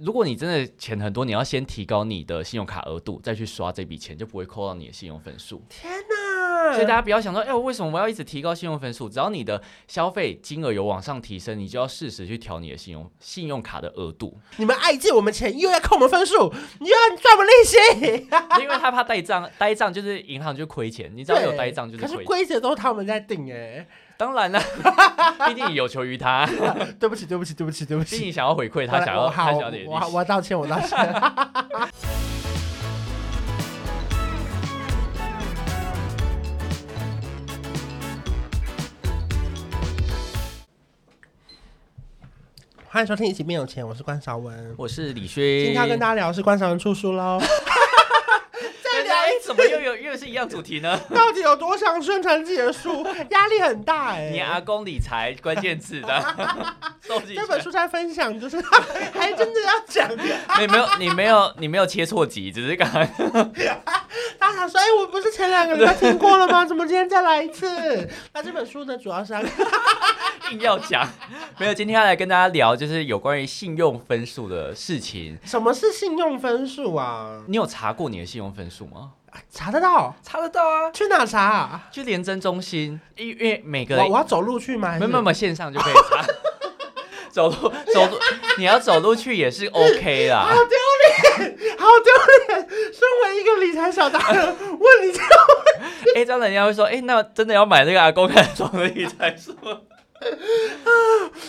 如果你真的钱很多，你要先提高你的信用卡额度，再去刷这笔钱，就不会扣到你的信用分数。天哪！所以大家不要想说，哎、我为什么我要一直提高信用分数？只要你的消费金额有往上提升，你就要适时去调你的信用 信用卡的额度，你们爱借我们钱，又要扣我们分数，又要赚我们利息，因为他怕呆账， 呆账就是银行就亏钱，你只要有呆账就可是是亏。规则都是他们在定哎、当然了， 毕竟你有求于他， 对不起，对不起，对不起，对不毕起竟。你想要回馈我他，来想我要他好，想要你的利我息。我道歉，我道歉。 欢迎收听《一起变有钱》，我是关少文。我是李今轩，天要跟大家聊的是关少文出书喽。再聊一哎怎么又有又是一样主题呢？ 到底有多想宣传自己 的书？压力很大哎、你啊阿公理财关键字 的收集起这本来，书在分享，就是 还真的要讲。你没有你没有你没有切错集，只是刚 刚大家想说：“哎、我不是前两个礼拜听过 了吗？怎么今天再来一次？”那这本书呢，主要是要 硬要讲，没有。今天要来跟大家聊，就是有关于信用分数的事情。什么是信用分数啊？你有查过你的信用分数吗？查得到？查得到啊，去哪查、啊？去廉政中心，因因为每个我我要走路去吗？还没是有没有没有线上就可以查。 走路走路，你要走路去也是 OK 好啦。丢脸，好丢脸！身为一个理财小达人， 问你这哎、这样人家会说，哎、那真的要买这个阿公看爽的理财书？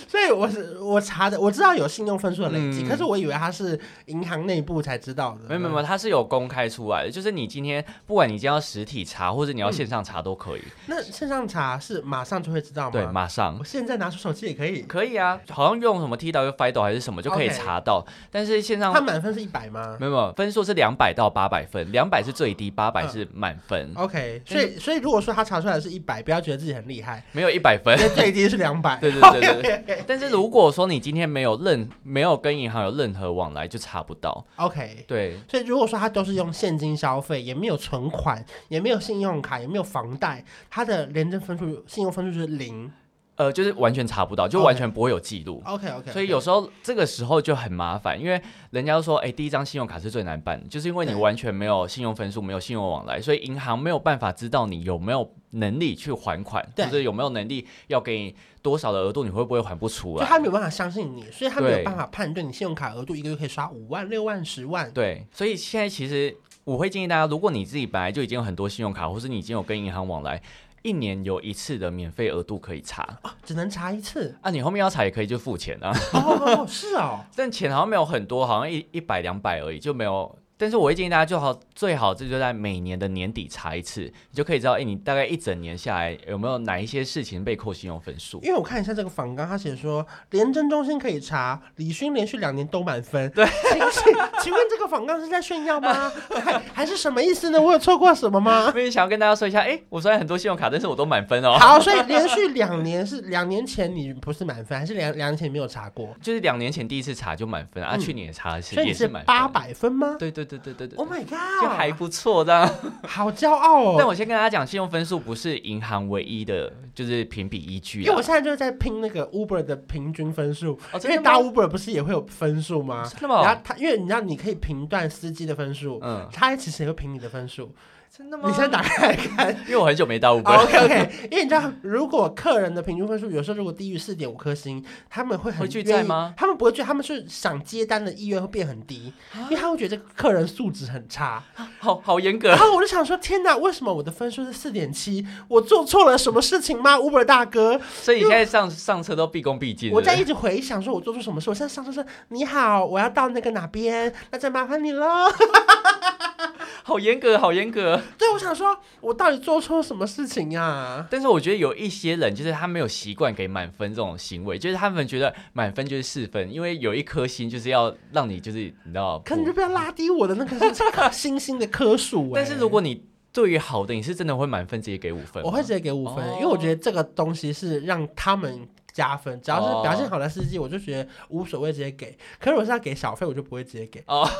所以我是我查的，我知道有信用分数的累积，嗯可是我以为它是银行内部才知道的。没有没有没有，它是有公开出来的，就是你今天不管你今天要实体查或者你要线上查都可以。那线上查是马上就会知道吗？对，马上我。现在拿出手机也可以。嗯可以啊，好像用什么 TW Fido 还是什么就可以 OK 查到但是线上它满分是一百吗没有没有分数是两百到八百分，两百是最低，八百是满分， ？OK，所但是以所以如果说他查出来是一百，不要觉得自己很厉害， 没有一百分因。为最低是两百。对对对对对。但是如果说你今天没有任没有跟银行有任何往来，就查不到。 OK，对，所以如果说他都是用现金消费，也没有存款，也没有信用卡，也没有房贷，他的廉政分数、信用分数就是零。呃，就是完全查不到，就 OK 完全不会有记录。 OK OK，所以有时候这个时候就很麻烦，因为人家说，哎、第一张信用卡是最难办的，就是因为你对完全没有信用分数，没有信用往来，所以银行没有办法知道你有没有能力去还款，对或者有没有能力要给你多少的额度，你会不会还不出就来？他没有办法相信你，所以他没有对办法判断你信用卡额度一个月可以刷五万、六万、十万。对，所以现在其实我会建议大家，如果你自己本来就已经有很多信用卡，或是你已经有跟银行往来，一年有一次的免费额度可以查哦，只能查 一次。啊，你后面要查也可以就付钱啊，哦，是哦，但钱好像没有很多，好像一一百两百而已，就没有。但是我会建议大家就好，最好这就在每年的年底查一次，你就可以知道，哎、你大概一整年下来有没有哪一些事情被扣信用分数。因为我看一下这个访纲，他写说廉政中心可以查，李勋连续两年都满分。对，请请请问这个访纲是在炫耀吗？还还是什么意思呢？我有错过什么吗？所以想要跟大家说一下，哎、我虽然很多信用卡，但是我都满分哦。好，所以连续两年是两年前你不是满分，还是两两年前没有查过？就是两年前第一次查就满分啊，嗯去年也查了一次所以也你是满分。八百分吗对对对对对对。 ？Oh my 就还 god！不错这样。好骄傲但哦！我先跟大家讲，信用分数不是银行唯一的，就是评比依据因啦为我现在就是在拼那个 Uber 的平均分数，哦，因真为的吗搭 Uber 不是也会有分数吗？真的然吗？后他，因为你知道你可以评断司机的分数，嗯，他其实也会评你的分数。真的你哦先打开来看。因为我很久没到五本。 OK OK，因为你知道，如果客人的平均分数有时候如果低于四点五颗星，他们会很会拒愿意载吗？他们不会拒，他们是想接单的意愿会变很低，因为他会觉得这个客人素质很差。好好严格然。后我就想说，天哪，为什么我的分数是四点七？我做错了什么事情吗？Uber 大哥，所以你现在上上车都毕恭毕敬。我在对不对一直回想说我做出什么事。我现在上车说你好，我要到那个哪边，那再麻烦你喽。 好严格，好严格。对，我想说，我到底做错了什么事情呀、但是我觉得有一些人就是他没有习惯给满分这种行为，就是他们觉得满分就是四分，因为有一颗星就是要让你就是你知道。可能就不不要拉低我的那个星星的颗数、哎但是如果你对于好的，你是真的会满分直接给五分吗。我会直接给五分，因为我觉得这个东西是让他们加分，只要是哦表现好的司机，我就觉得无所谓，直接给。可是我是要给小费，我就不会直接给，哦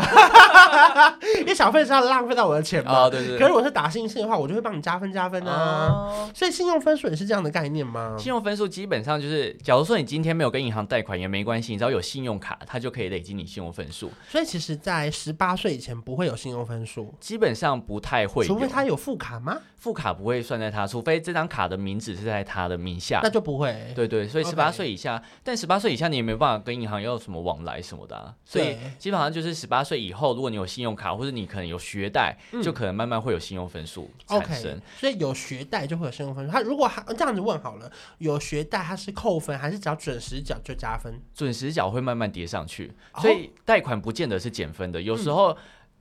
因为小费是要浪费到我的钱嘛。哦，对对可对是。我是打星星的话，我就会帮你加分加分啊。哦所以信用分数也是这样的概念吗？信用分数基本上就是，假如说你今天没有跟银行贷款也没关系，你只要有信用卡，它就可以累积你信用分数。所以其实，在十八岁以前不会有信用分数，基本上不太会有，除非他有副卡吗？副卡不会算在他，除非这张卡的名字是在他的名下。那就不会。对对，所以哎 OK 十八岁以下，但十八岁以下你也没办法跟银行要什么往来什么的、啊，所以对基本上就是十八岁以后，如果你有信用卡或者你可能有学贷，嗯就可能慢慢会有信用分数产 OK，生。所以有学贷就会有信用分数。他如果他这样子问好了，有学贷他是扣分，还是只要准时缴就加分？准时缴会慢慢叠上去，哦嗯所以贷款不见得是减分的，有时候。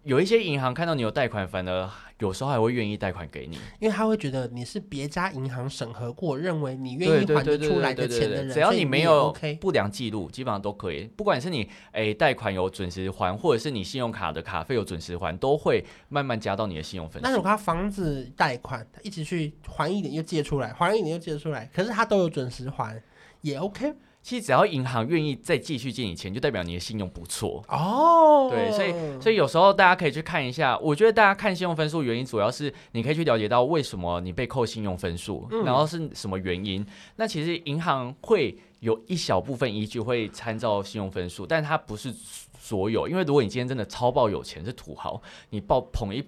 有一些银行看到你有贷款，反而有时候还会愿意贷款给你。哦因为他会觉得你是别家银行审核过，认为你愿对意对还对得对出来对的对钱的对，人，只要所以你你没也有 OK，不良记录，基本上都可以。不管是你诶贷款有准时还，或者是你信用卡的卡费有准时还，都会慢慢加到你的信用分那如数。果他房子贷款一直去还一点又借出来，还一点又借出来，可是他都有准时还，也 OK 其实只要银行愿意再继续借你钱，就代表你的信用不错。哦。对，所以所以有时候大家可以去看一下，我觉得大家看信用分数原因，主要是你可以去了解到为什么你被扣信用分数，嗯然后是什么原因。那其实银行会有一小部分依据会参照信用分数，但它不是所有，因为如果你今天真的超爆有钱是土豪，你爆捧一。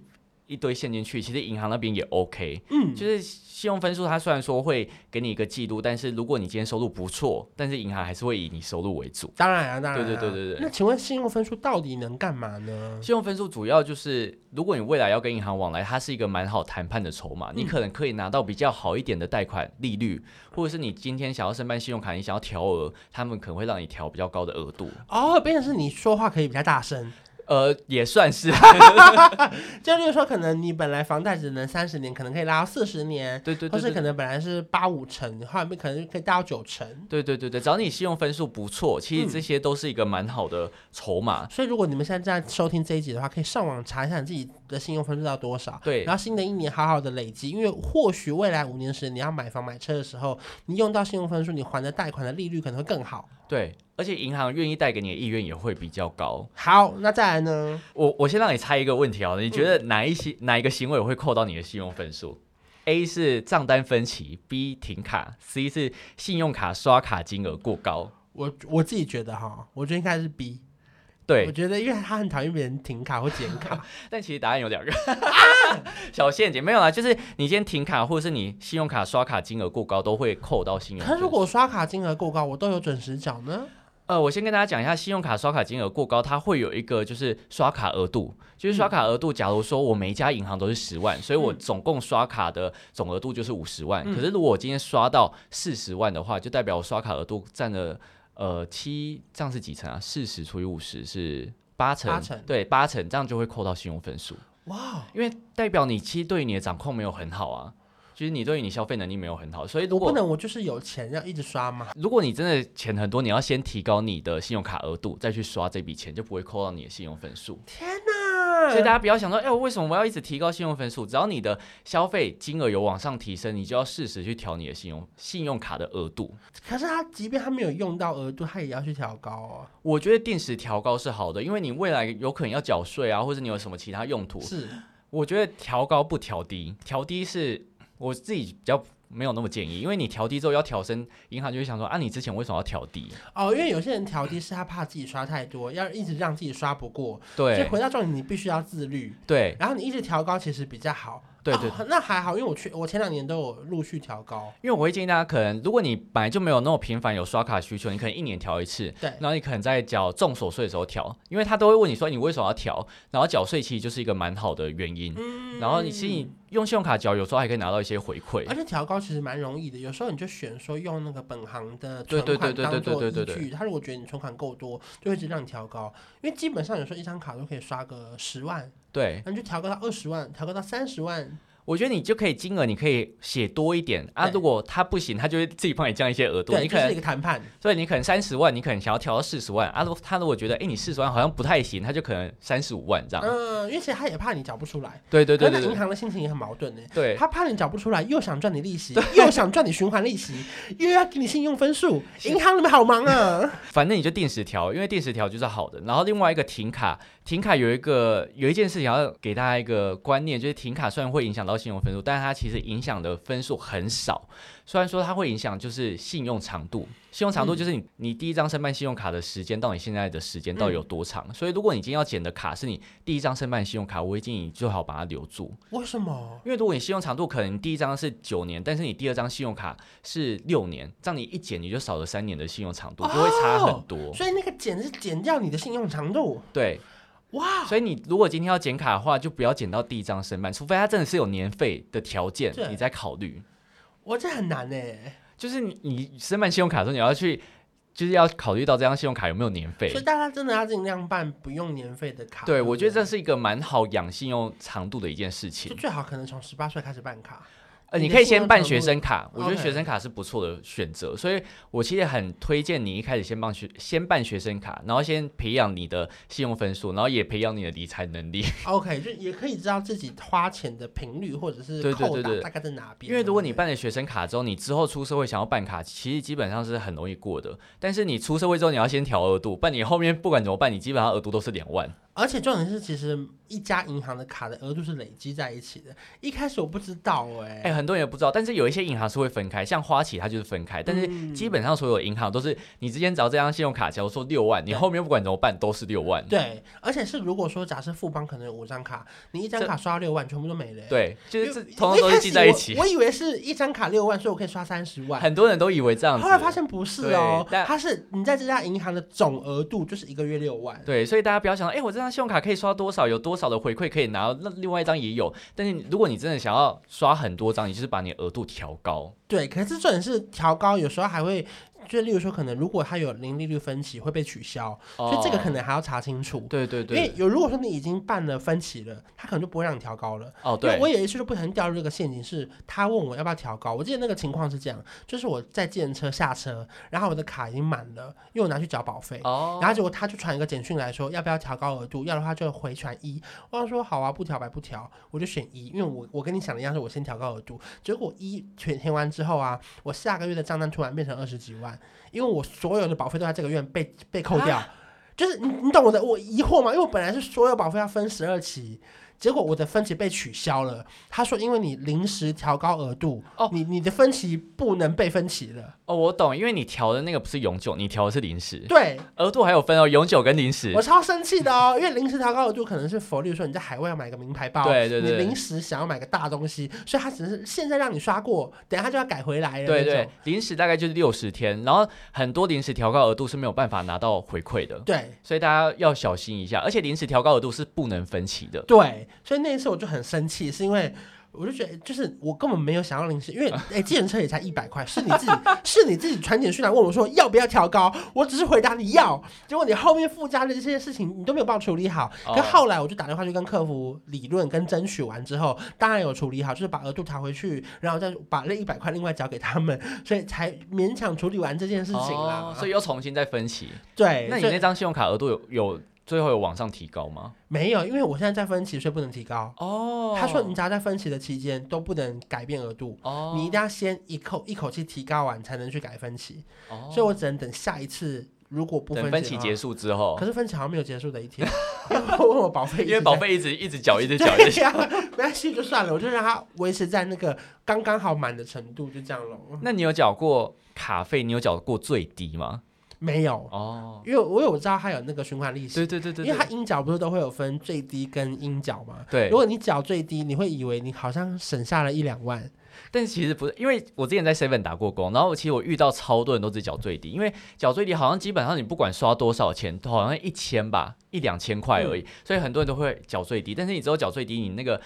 一堆现金去，其实银行那边也 OK，嗯，就是信用分数，它虽然说会给你一个记录，但是如果你今天收入不错，但是银行还是会以你收入为主。当然啊，当然、啊，对对对对对那请问信用分数到底能干嘛呢？信用分数主要就是，如果你未来要跟银行往来，它是一个蛮好谈判的筹码，嗯你可能可以拿到比较好一点的贷款利率，或者是你今天想要申办信用卡，你想要调额，他们可能会让你调比较高的额度，哦，变成是你说话可以比较大声，呃，也算 是，就例如说，可能你本来房贷只能三十年，可能可以拉到四十年，对对对或哦是对可能本来是八五成，后面可能可以贷到九成。对对对对，只要你信用分数不错，其嗯实这些都是一个蛮好的筹码，所以，如果你们现在在收听这一集的话，可以上网查一下你自己的信用分数到多少，对然后新的一年好好的累积，因为或许未来五年时你要买房买车的时候，你用到信用分数，你还的贷款的利率可能会更好。对，而且银行愿意贷给你的意愿也会比较高。好，那再来呢？我我先让你猜一个问题啊，你觉得哪一些、哪一个行为会扣到你的信用分数？A 是账单分期，B 停卡，C 是信用卡刷卡金额过高。我我自己觉得哈，我觉得应该是 B。我对，觉得因为他很讨厌别人停卡或剪 卡，但其实答案有两个 小陷阱，没有啦，就是你今天停卡或者是你信用卡刷卡金额过高都会扣到信用可分是数。如果我刷卡金额够高，我都有准时缴呢。呃，我先跟大家讲一下，信用卡刷卡金额过高，它会有一个就是刷卡额度，就是嗯刷卡额度。假如说我每一家银行都是十万，所以我总共刷卡的总额度就是五十嗯万。可是如果我今天刷到四十万的话，就代表我刷卡额度占了呃七，这样是几成啊？四十除以五十是八成，八成对，八成，这样就会扣到信用分数，哇，因为代表你其实对于你的掌控没有很好啊，就是你对于你消费能力没有很好，所以如我果不能，我就是有钱要一直刷嘛。如果你真的钱很多，你要先提高你的信用卡额度，再去刷这笔钱，就不会扣到你的信用分数。天哪！所以大家不要想说，哎、我为什么我要一直提高信用分数？只要你的消费金额有往上提升，你就要适时去调你的信用信用卡的额度。可是他即便他没有用到额度，他也要去调高哦。我觉得定时调高是好的，因为你未来有可能要缴税啊，或者你有什么其他用途。是，我觉得调高不调低，调低是我自己比较没有那么建议，因为你调低之后要调升，银行就会想说啊，你之前为什么要调低？哦，因为有些人调低是他怕自己刷太多，要一直让自己刷不过。所以对回到重点，你必须要自律，对然后你一直调高其实比较好。对哦对那还好，因为我去我前两年都有陆续调高。因为我会建议大家，可能如果你本来就没有那么频繁有刷卡需求，你可能一年调一次，对然后你可能在缴重所税的时候调，因为他都会问你说你为什么要调，然后缴税其实就是一个蛮好的原因。嗯然后你其实你用信用卡缴，有时候还可以拿到一些回馈而。且调高其实蛮容易的，有时候你就选说用那个本行的对存对款对对当对对做对依对对据，他如果觉得你存款够多，就会一直让你调高，因为基本上有时候一张卡都可以刷个十万，对，那你就调高到二十万，调高到三十万，我觉得你就可以金额你可以写多一点啊。对如果他不行，他就会自己帮你降一些额度。对，你就可是一能，个谈判，所以你可能三十万，你可能想要调到四十万啊。如果他如果觉得，哎、你四十万好像不太行，他就可能三十五万这样。嗯，因为其实他也怕你缴不出来，对对对可对是银对行的心情也很矛盾呢。对，他怕你缴不出来，又想赚你利息， 又想赚你循环利息，又要给你信用分数，银行你们好忙 啊！反正你就定时调，因为定时调就是好的。然后另外一个停卡，停卡有一个有一件事情要给大家一个观念，就是停卡虽然会影响到信用分数，但是它其实影响的分数很少。虽然说它会影响就是信用长度，信用长度就是你、你第一张申办信用卡的时间到你现在的时间到底有多长。所以如果你今天要减的卡是你第一张申办信用卡，我会建议你最好把它留住，为什么？因为如果你信用长度可能第一张是九年，但是你第二张信用卡是六年，这样你一减你就少了三年的信用长度，就会差很多。所以那个减是减掉你的信用长度，对，哇！所以你如果今天要剪卡的话，就不要剪到第一张申办，除非它真的是有年费的条件对，你再考虑。我这很难哎，就是你你申办信用卡的时候，你要去就是要考虑到这张信用卡有没有年费所。以大家真的要尽量办不用年费的卡。对，不我觉得这是一个蛮好养信用长度的一件事就情。最好可能从十八岁开始办卡。呃，你你的可以信用先办长学度生卡，我觉得 OK 学生卡是不错的选择，所以我其实很推荐你一开始先办学先办学生卡，然后先培养你的信用分数，然后也培养你的理财能力。 OK，就也可以知道自己花钱的频率或者是对对扣对打对大概在哪边。因为如果对你不对办了学生卡之后，你之后出社会想要办卡，其实基本上是很容易过的。但是你出社会之后，你要先调额度，不然你后面不管怎么办，你基本上额度都是两万。而且重点是，其实一家银行的卡的额度是累积在一起的。一开始我不知道哎、哎、很多人也不知道，但是有一些银行是会分开，像花旗它就是分开，但嗯是基本上所有银行都是你之前只要这张信用卡，假如说六万，你对后面不管怎么办都是六万。对，而且是如果说假设富邦可能有五张卡，你一张这卡刷到六万，全部都没了、欸。对，就因是为，这通我通都开是始记在一起我。。我以为是一张卡六万，所以我可以刷三十万。很多人都以为这样子，后来发现不是哦对，但它是你在这家银行的总额度就是一个月六万。对，所以大家不要想到，哎、我这张信用卡可以刷多少，有多少的回馈可以拿，那另外一张也有。但是如果你真的想要刷很多张，你就是把你的额度调高。对，可是重点是调高，有时候还会，就例如说，可能如果它有零利率分歧会被取消，所以哦这个可能还要查清楚。对对因对为，有如果说你已经办了分歧了，他可能就不会让你调高了。哦因为对，我有一次就不小心掉入这个陷阱，是他问我要不要调高。我记得那个情况是这样，就是我在计程车下车，然后我的卡已经满了，因为我拿去缴保费。哦，然后结果他就传一个简讯来说，要不要调高额度？要的话就回传一。我想说好啊，不调白不调，我就选一，因为我我跟你想的一样，是我先调高额度。结果一全填完之后啊，我下个月的账单突然变成二十几万，因为我所有的保费都在这个月被被扣掉。啊就是你你懂我的我疑惑吗？因为我本来是所有保费要分十二期。结果我的分期被取消了，他说因为你临时调高额度，哦你你的分期不能被分期了。哦我懂，因为你调的那个不是永久，你调的是临时，对，额度还有分哦，永久跟临时我。超生气的哦，因为临时调高额度可能是佛，例如说你在海外要买个名牌包，对对你对临时想要买个大东西，所以他只是现在让你刷过，等一下就要改回来了。对对，，临时大概就是六十天，然后很多临时调高额度是没有办法拿到回馈的，对所以大家要小心一下。而且临时调高额度是不能分期的，对，所以那一次我就很生气，是因为。我就觉得，就是我根本没有想要临时，因 为哎，计程车也才一百块，是你自己，是你自己传简讯来问我说要不要调高，我只是回答你要，结果你后面附加的这些事情你都没有帮我处理好。可哦后来我就打电话去跟客服理论跟争取完之后，当然有处理好，就是把额度调回去，然后再把那一百块另外交给他们，所以才勉强处理完这件事情啦。哦，所以又重新再分期。对，那你所以那张信用卡额度有有最后有往上提高吗？没有，因为我现在在分期，所以不能提高。哦他说你只要在分期的期间都不能改变额度。哦你一定要先一口一口气提高完，才能去改分期，哦所以我只能等下一次，如果不等分分期结束，束之后可，是分期好像没有结束的 一天，因为我我保费一因为直保在费一直一直缴，一直缴，一 对直呀、没关系就算了，我就让它维持在那个刚刚好满的程度，就这样咯。那你有缴过卡费？你有缴过最低吗？没有， 哦，因为我有知道它有那个循环利息，对对对对，因为它对阴角不是都会有分最低跟阴角嘛。对如，果你缴最低，你会以为你好像省下了一两万，但其实不是，因为我之前在 Seven 打过工，然后其实我遇到超多人都只缴最低，因为缴最低好像基本上你不管刷多少钱，都好像一千吧，一两千块而已，嗯所以很多人都会缴最低，但是你只有缴最低，你那个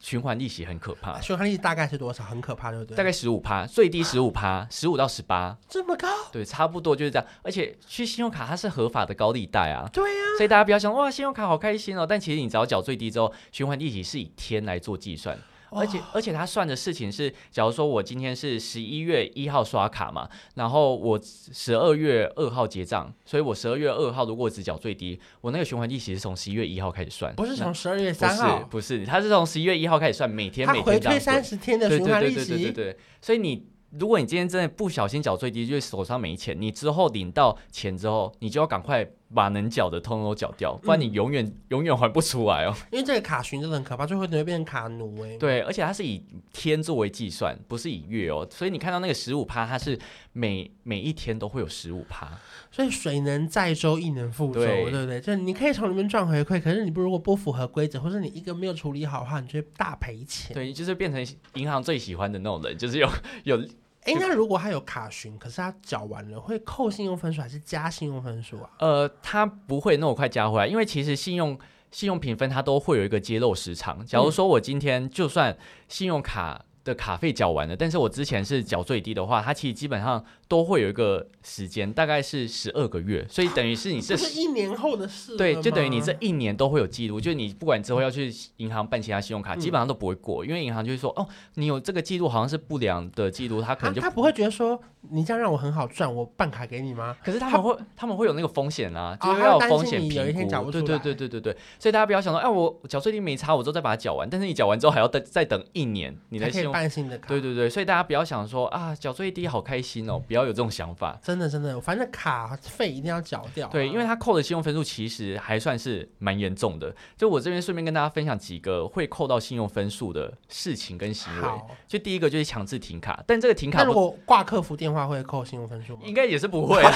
循环利息很可怕，循环利息大概是多少？很可怕，对不对？大概十五趴，最低十五趴，十五到十八，这么高？对，差不多就是这样。而且去信用卡它是合法的高利贷啊，对呀、所以大家不要想哇，信用卡好开心哦。但其实你只要缴最低之后，循环利息是以天来做计算，而且而且他算的事情是，假如说我今天是十一月一号刷卡嘛，然后我十二月二号结账，所以我十二月二号如果只缴最低，我那个循环利息是从十一月一号开始算，不是那从十二月嗯不三是号，不是，他是从十一月一号开始算，每天他每回天这推样三算。十天的对循对环利对对对对息，对，所以你。如果你今天真的不小心缴最低，就是手上没钱，你之后领到钱之后，你就要赶快把能缴的通通都缴掉，不然你嗯永远、永远还不出来哦。 因为这个卡循真的很可怕，最后你会变成卡奴哎、欸。对，而且它是以天作为计算，不是以月哦，所以你看到那个十五趴，它是每每一天都会有十五趴。所以水能载舟，亦能覆舟，对对不对？就是你可以从里面赚回馈，可是你不如果不符合规则，或是你一个没有处理好的话，你就会大赔钱。对，就是变成银行最喜欢的那种人，就是有有哎，那如果他有卡循，可是他缴完了，会扣信用分数还是加信用分数啊？呃，它不会那么快加回来，因为其实信用信用评分它都会有一个揭露时长。假如说我今天就算信用卡的卡费缴完了，但是我之前是缴最低的话，它其实基本上都会有一个时间，大概是十二个月，所以等于是你这这啊是一年后的事了吗，对，就等于你这一年都会有记录，就是你不管之后要去银行办其他信用嗯卡，基本上都不会过，因为银行就会说，哦，你有这个记录好像是不良的记录，他可啊能就，他不会觉得说你这样让我很好赚，我办卡给你吗？可是他们会他们会有那个风险啊，哦就是他要会有担风心险你有一评天缴估，不对出对对对对对，所以大家不要想说，哎，我缴最低没差，我之后再把它缴完，但是你缴完之后还要再再等一年，你才的可信以用，办新的卡。对对对，所以大家不要想说啊，缴最低好开心哦，不要有这种想法。真的真的，反正卡费一定要缴掉啊、对，因为他扣的信用分数其实还算是蛮严重的。就我这边顺便跟大家分享几个会扣到信用分数的事情跟行为。好。就第一个就是强制停卡，但这个停卡那如不果挂客服电话会扣信用分 数吗？应该也是不 会、啊。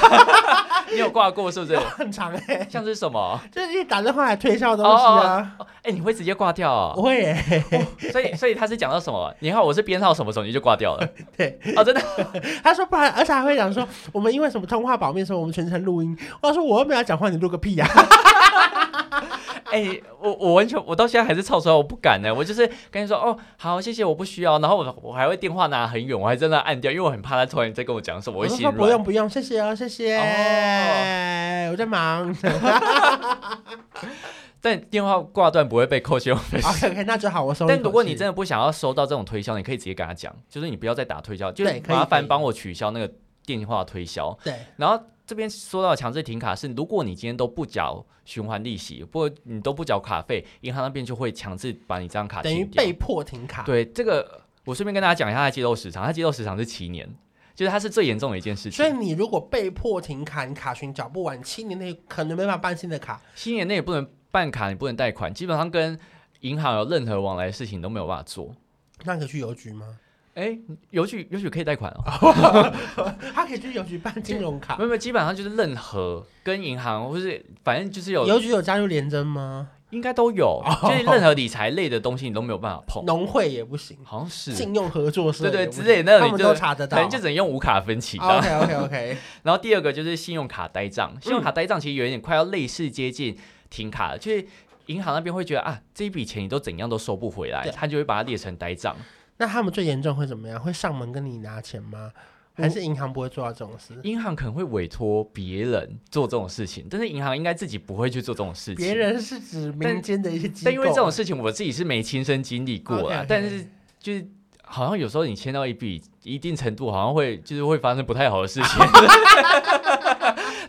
你有挂过是不是？很长哎、像是什么？就是你打电话来推销的东西啊，哦，哎、你会直接挂掉、我哦？会耶、所以所以他是讲到什么？你好，我是编号什么什么，你就挂掉了。 对，哦，真的 他说不然，而且还会讲说我们因为什么通话保密，所以我们全程录音。我说我又没有要讲话，你录个屁呀、啊！哎、我我完全我到现在还是超出来，我不敢呢。我就是跟你说哦，好，谢谢，我不需要。然后我我还会电话拿很远，我还真的按掉，因为我很怕他突然在跟我讲 什么，我会就心说软。哦不用不用，谢谢哦，谢谢，哦我在忙。但电话挂断不会被扣信用分数。 OK OK，那就好，我收一口气。但如果你真的不想要收到这种推销，你可以直接跟他讲，就是你不要再打推销，就是对可以麻可烦以帮我取消那个电话推销。对然后这边说到强制停卡是，如果你今天都不缴循环利息，不你都不缴卡费，银行那边就会强制把你这张卡等于停掉被迫停卡，对这个，我顺便跟大家讲一下它的肌肉时长，它肌肉时长是七年，就是它是最严重的一件事所以情。你如果被迫停卡，你卡群缴不完，七年内可能没办法办新的卡。七年内也不能办卡，你不能贷款，基本上跟银行有任何往来的事情都没有办法做。那可以去邮局吗？哎，邮局邮局可以贷款哦。他可以去邮局办金融卡没。有没有，基本上就是任何跟银行或是反正就是有邮局有加入联征吗？应该都有，就是任何理财类的东西你都没有办法碰，农会也不行，好像是，信用合作社对对也不行之类的那他你们就都查得可到啊哦能。就只能用无卡分期这样 OK 嗯 OK OK，然后第二个就是信用卡呆账，信用卡呆账其实有一点快要类似接近停卡了，就是银行那边会觉得啊，这一笔钱你都怎样都收不回来，对他就会把它列成呆账。那他们最严重会怎么样？会上门跟你拿钱吗？还是银行不会做到这种事？银行可能会委托别人做这种事情，但是银行应该自己不会去做这种事情。别人是指民间的一些机构，但啊因为这种事情我自己是没亲身经历过啦 OK，OK 但是就是好像有时候你签到一笔一定程度，好像会就是会发生不太好的事 情。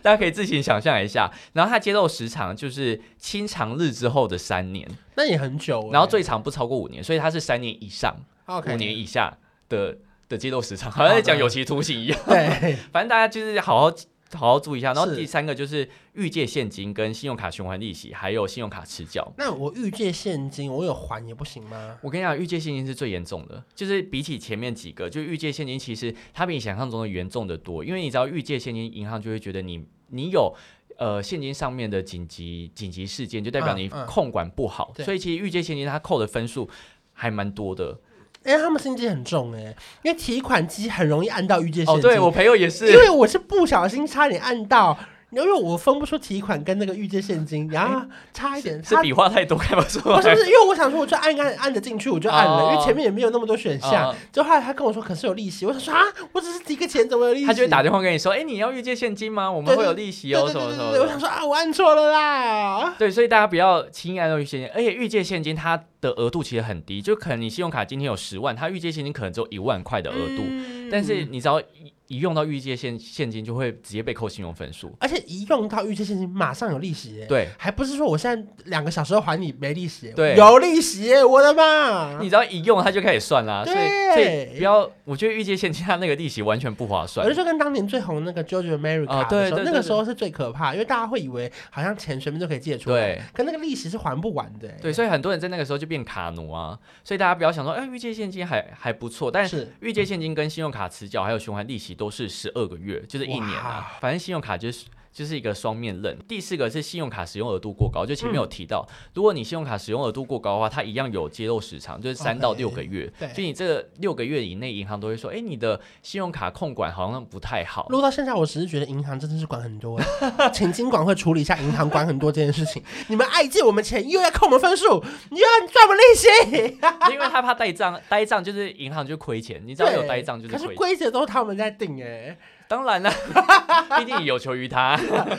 大家可以自行想象一下，然后它揭露时长就是清偿日之后的三年，那也很久欸。然后最长不超过五年，所以它是三年以上、 OK 五年以下的的揭露时长，好像在讲有期徒刑一样。对， 反正大家就是好好好好注意一下。然后是第三个就是预借现金、跟信用卡循环利息，还有信用卡迟缴。那我预借现金，我有还也不行吗？我跟你讲，预借现金是最严重的，就是比起前面几个，就预借现金其实它比你想象中的严重的多，因为你只要预借现金，银行就会觉得你你有。呃，现金上面的紧急紧急事件，就代表嗯你嗯控管不好，对所以其实预借现金它扣的分数还蛮多的。哎，他们心机很重哎，因为提款机很容易按到预借现哦，金。对我朋友也因是，为我是不小心差点按到，因为我分不出提款跟那个预借现金，然后差一点，哎是差笔画太多看不出不是来不。是，因为我想说，我就按按按着进去，我就按了，哦因为前面也没有那么多选项哦。就后来他跟我说，可是有利息，我想说啊，我只是提个钱，怎么有利息？嗯他就会打电话跟你说：“哎、你要预借现金吗？我们会有利息对哦，对什么对什对么对，我的。想说啊，我按错了啦”。对，所以大家不要轻易按到预借现金，而且预借现金它的额度其实很低，就可能你信用卡今天有十万，它预借现金可能只有一万块的额度，嗯但是你只要一一用到预借现现金，就会直接被扣信用分数。而且一用到预借现金，马上有利息耶。对，还不是说我现在两个小时后还你没利息耶，对有利息耶，我的妈！你只要一用，它就开始算啦。所以，所啊对以不要，我觉得预借现金它那个利息完全不划算我就。说跟当年最红那个 JoJo America 啊对的时候对对那个时对候是最可怕，因为大家会以为好像钱随便就可以借出来，对可那个利息是还不完的耶。欸对，所以很多人在那个时候就变卡奴啊。所以大家不要想说，哎、预借现金还还不错，但是预借现金跟信用卡迟缴还有循环利息都是十二个月，就是一年啊。反正信用卡就是就是一个双面刃。第四个是信用卡使用额度过高，就前面有嗯提到，如果你信用卡使用额度过高的话，它一样有揭露时长，就是三 OK，到六个月。哦对就你这六个月以内，银行都会说，哎、你的信用卡控管好像不太好。录到现在，我只是觉得银行真的是管很多，欸 请金管会处理一下银行管很多这件事情。你们爱借我们钱，又要扣我们分数，又要赚我们利息，因为他怕呆账，呆账就是银行就亏钱，你只要有呆账就对可亏是钱。规则都是他们在定哎、当然了， 毕竟有求于他，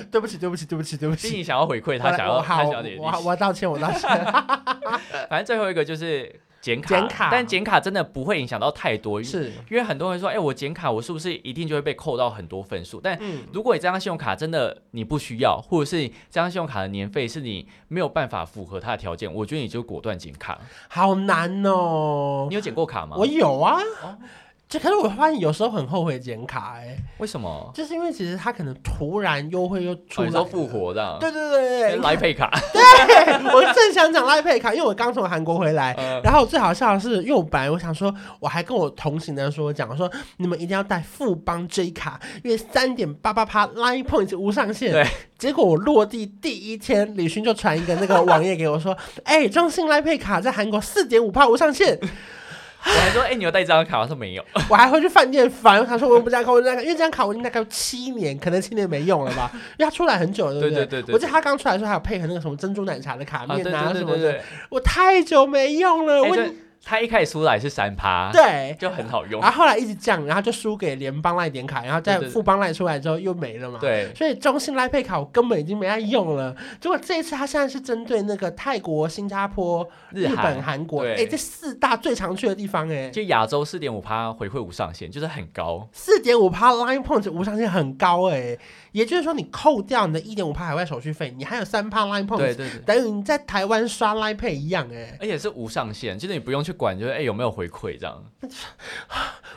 对不起，对不起，对不起，对 不毕起。竟想要回馈我他，来想我要他好，想我要点利我息。我道歉，我道 歉。反正最后一个就是剪卡，剪卡但剪卡真的不会影响到太多，是，因为很多人说，哎、我剪卡，我是不是一定就会被扣到很多分数？但嗯，如果你这张信用卡真的你不需要，或者是这张信用卡的年费是你没有办法符合它的条件，我觉得你就果断剪卡。好难哦你。有剪过卡吗？我有啊哦，这可是我发现有时候很后悔剪卡哎、为什么？就是因为其实他可能突然优惠又出哦来你了，说复活的，对，对对对，来配 卡，对， 我正想讲赖佩卡，因为我刚从韩国回来。呃然后最好笑的是，因为我本来我想说，我还跟我同行的人说，我讲我说你们一定要带富邦 J 卡，因为三点八八趴 Line Point 无上限。对。结果我落地第一天，李勋就传一个那个网页给我说， 哎、中信 Line Pay 卡在韩国四点五趴无上限，我还说，哎、你有带这张卡吗？他说没有，我还会去饭店烦。我想说我用不这张卡，我用不这张卡，因为这张卡我已经大概有七年，可能七年没用 了吧，因为它出来很久了，不对对对对对我记得它刚出来的时候还有配合那个什么珍珠奶茶的卡啊，对面对啊对什对么对的，，我太久没用了，哎啊我对他一开始出来是三趴，对。就很好用然，后后来一直降，然后就输给联邦赖点卡，然后再对对对富邦赖出来之后又没了嘛。。对，所以中信赖配卡我根本已经没在用了。结果这一次他现在是针对那个泰国、新加坡、日本、韩韩国，对哎，这四大最常去的地方，哎，就亚洲四点五趴回馈无上限，就是很高。四点五趴 Line Point 无上限很高，哎，也就是说你扣掉你的一点五趴海外手续费，你还有三趴 Line 对 Point，对对，等于你在台湾刷 Line Pay 一样，哎。而且是无上限，就是你不用去管，就是哎、有没有回馈这样。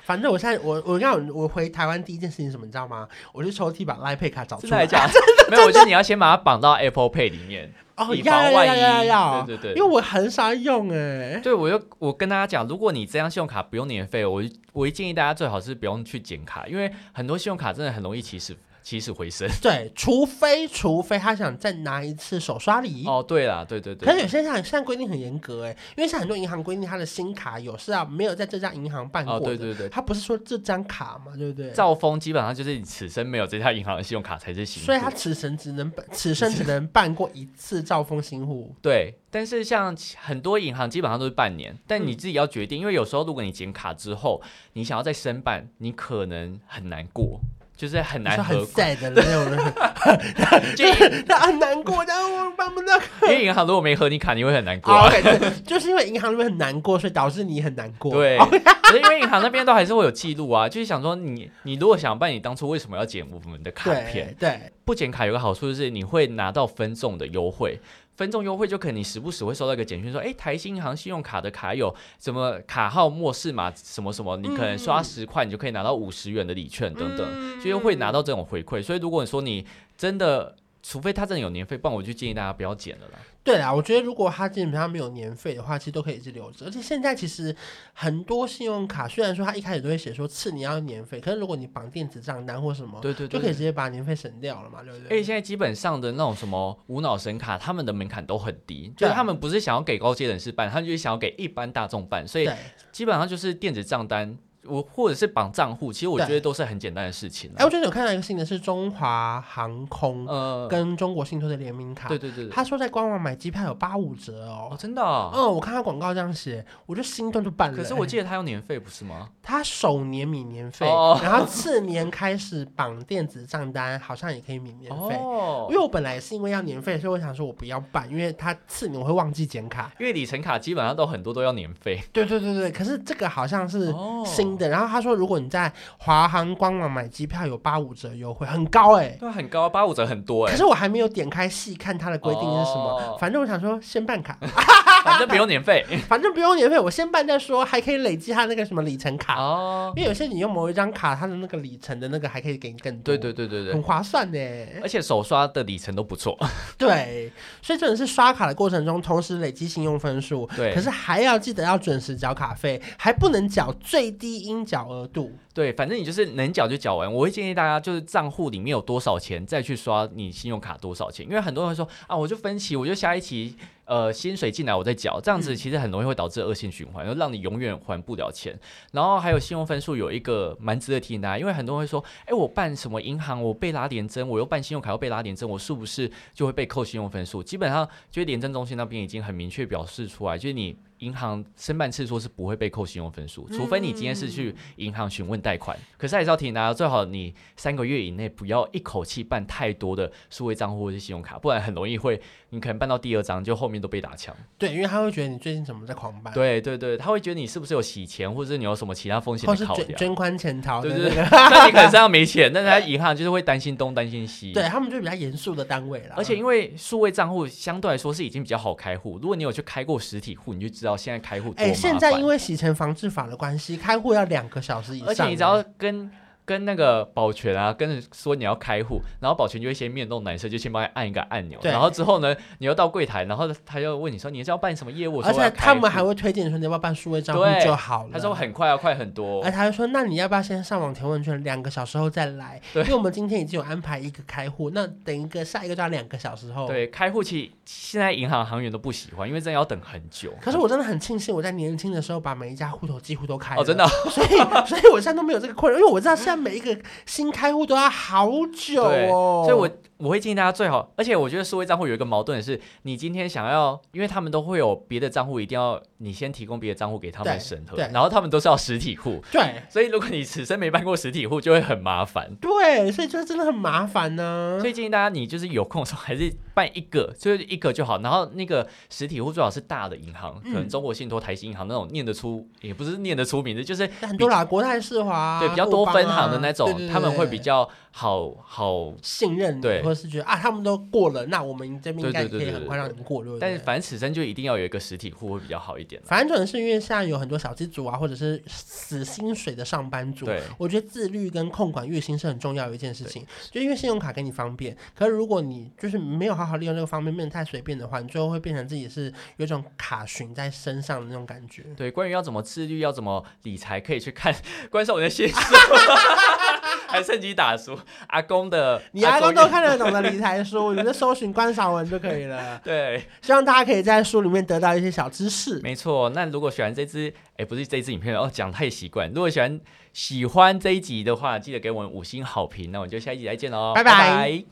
反正我现在我我让我回台湾第一件事情是什么，你知道吗？我去抽屉把 Line Pay 卡找出真的来还。 假的？没有，我觉得你要先把它绑到 Apple Pay 里面，哦，以要防要万要一。要要，对对因为对。我很少用哎、对，我就我跟大家讲，如果你这张信用卡不用年费，我我建议大家最好是不用去剪卡，因为很多信用卡真的很容易起死起死回生。对，除非除非他想再拿一次手刷礼。哦，对啦，对对对，可是有些像现在规定很严格哎、因为现在很多银行规定他的新卡有是啊没有在这家银行办过哦，的，对对对，他不是说这张卡嘛，对不对？兆丰基本上就是你此生没有这家银行的信用卡才是行。所以他此生只能办，此生只能办过一次兆丰新户。对，但是像其很多银行基本上都是半年，但嗯你自己要决定，因为有时候如果你剪卡之后，你想要再申办，你可能很难过，就是很你说难很合规， sad 的那种人， 就因他很难过，但我办不到。因为银行如果没合你卡，你会很难过哦啊。 OK，对就是因为银行那边很难过，所以导致你很难过。对，哦可是因为银行那边都还是会有记录啊，就是想说你你如果想办，你当初为什么要剪我们的卡片对？对，不剪卡有个好处就是你会拿到分众的优惠，分众优惠就可能你时不时会收到一个简讯说，哎，台新银行信用卡的卡友什么卡号末世码什么什么，你可能嗯刷十块你就可以拿到五十元的礼券等等，就又会拿到这种回馈。所以如果你说你真的，除非他真的有年费，不然我就建议大家不要剪了啦。对啦，我觉得如果它基本上没有年费的话，其实都可以一直留着。而且现在其实很多信用卡，虽然说它一开始都会写说次你要年费，可是如果你绑电子账单或什么，对对哦就可以对哎直。接把年费省掉了嘛，对不而且对？现在基本上的那种什么无脑神卡，他们的门槛都很低，就是对啊他们不是想要给高阶人士办，他们就是想要给一般大众办，所以对，基本上就是电子账单我或者是绑账户，其实我对觉得都是很简单的事情、啊哎，我。最近有看到一个新的是中华航空呃，跟中国信托的联名卡对，对对，对他说在官网买机票有八五折哦，哦。真的啊、嗯，我看他广告这样写，我就心动就办了。哎可是我记得它有年费不是吗？他首年免年费，哦然后次年开始绑电子账单，好像也可以免年费。因哦，为我本来是因为要年费，所以我想说我不要办，因为他次年我会忘记剪卡。因为里程卡基本上都很多都要年费。对啊对对对，可是这个好像是哦新的。然后他说，如果你在华航官网买机票有八五折优惠，很高哎、对啊，很高啊，八五折很多哎、 可是我还没有点开细看它的规定是什么。哦反正我想说先办卡， 反正不用年费。反正不用年费，我先办再说，还可以累积它那个什么里程卡。哦，因为有些你用某一张卡，它的那个里程的那个还可以给你更多。对对对对对哎很，划算呢。 而且手刷的里程都不错。对，所以这种是刷卡的过程中，同时累积信用分数，对，可是还要记得要准时缴卡费，还不能缴最低应缴额度。对，反正你就是能缴就缴完。我会建议大家就是账户里面有多少钱，再去刷你信用卡多少钱，因为很多人会说啊，我就分期，我就下一期呃薪水进来我再缴，这样子其实很容易会导致恶性循环，就让你永远还不了钱。然后还有信用分数有一个蛮值得提醒大家，因为很多人会说，哎，我办什么银行我被拉连征，我又办信用卡又被拉连征，我是不是就会被扣信用分数？基本上就是廉政中心那边已经很明确表示出来，就是你。银行申办次数是不会被扣信用分嗯数，除非你今天是去银行询问贷款。可是还是要提醒大家，最好你三个月以内不要一口气办太多的数位账户或是信用卡，不然很容易会你可能办到第二张就后面都被打枪。对，因为他会觉得你最近怎么在狂办，对对对，他会觉得你是不是有洗钱，或者是你有什么其他风险或的是考捐量。捐款潜逃的对那对个，对， 那你可能身上没钱，但是他银行就是会担心东担心西。对他啊们就比较严肃的单位了。而且因为数位账户相对来说是已经比较好开户，如果你有去开过实体户，你就知道现在开户多麻哎、烦。现在因为洗钱防治法的关系，开户要两个小时以上，而且你只要跟跟那个保全啊，跟人说你要开户，然后保全就会先面露难色，就先帮你按一个按钮，对然后之后呢，你又到柜台，然后他又问你说你是要办什么业务，我而说我要且他们开还户会推荐你说你要不要办数位账户对就好了。他说很快啊，快很多而，他就说：“那你要不要先上网填问卷，两个小时后再来？对因为我们今天已经有安排一个开户，那等一个下一个就要两个小时后。”。对，开户其实现在银行行员都不喜欢，因为真的要等很久。可是我真的很庆幸，我在年轻的时候把每一家户头几乎都开了，哦，真的啊， 所以所以我现在都没有这个困扰，因为我知道现在每一个新开户都要好久对哦。所以我我会建议大家最好，而且我觉得数位账户有一个矛盾的是，你今天想要，因为他们都会有别的账户，一定要你先提供别的账户给他对们审核，对然后他们都是要实体户，对所以如果你此生没办过实体户，就会很麻烦。对，所以就真的很麻烦呢、所以建议大家，你就是有空的时候还是办一个，就是一个就好。然后那个实体户最好是大的银行，可嗯能中国信托、台新银行那种念得出，也不是念得出名字，就是很多啦，国泰世华啊、对比较多分行的富邦啊那种对对，对他们会比较好好。信任你，对或者是觉得啊，他们都过了，那我们这边应该对对可对以对很对快让你们过，对不对？但是反正此生就一定要有一个实体户会比较好一点啦。反正重点是因为现在有很多小资族啊，或者是死薪水的上班族，对，我觉得自律跟控管月薪是很重要的一件事情。就因为信用卡给你方便，可是如果你就是没有好好利用这个方便，变得太随便的话，你最后会变成自己是有一种卡寻在身上的那种感觉。对，关于要怎么自律，要怎么理财，可以去看 关少文的新书， 还趁机打书。阿公的， 你阿公都的看得懂的理财书，你就搜寻观赏文就可以了。对，希望大家可以在书里面得到一些小知识。没错。那如果喜欢这支，哎，不是这支影片哦，讲太习惯。如果喜欢喜欢这一集的话，记得给我们五星好评。那我们就下一集再见喽，拜拜拜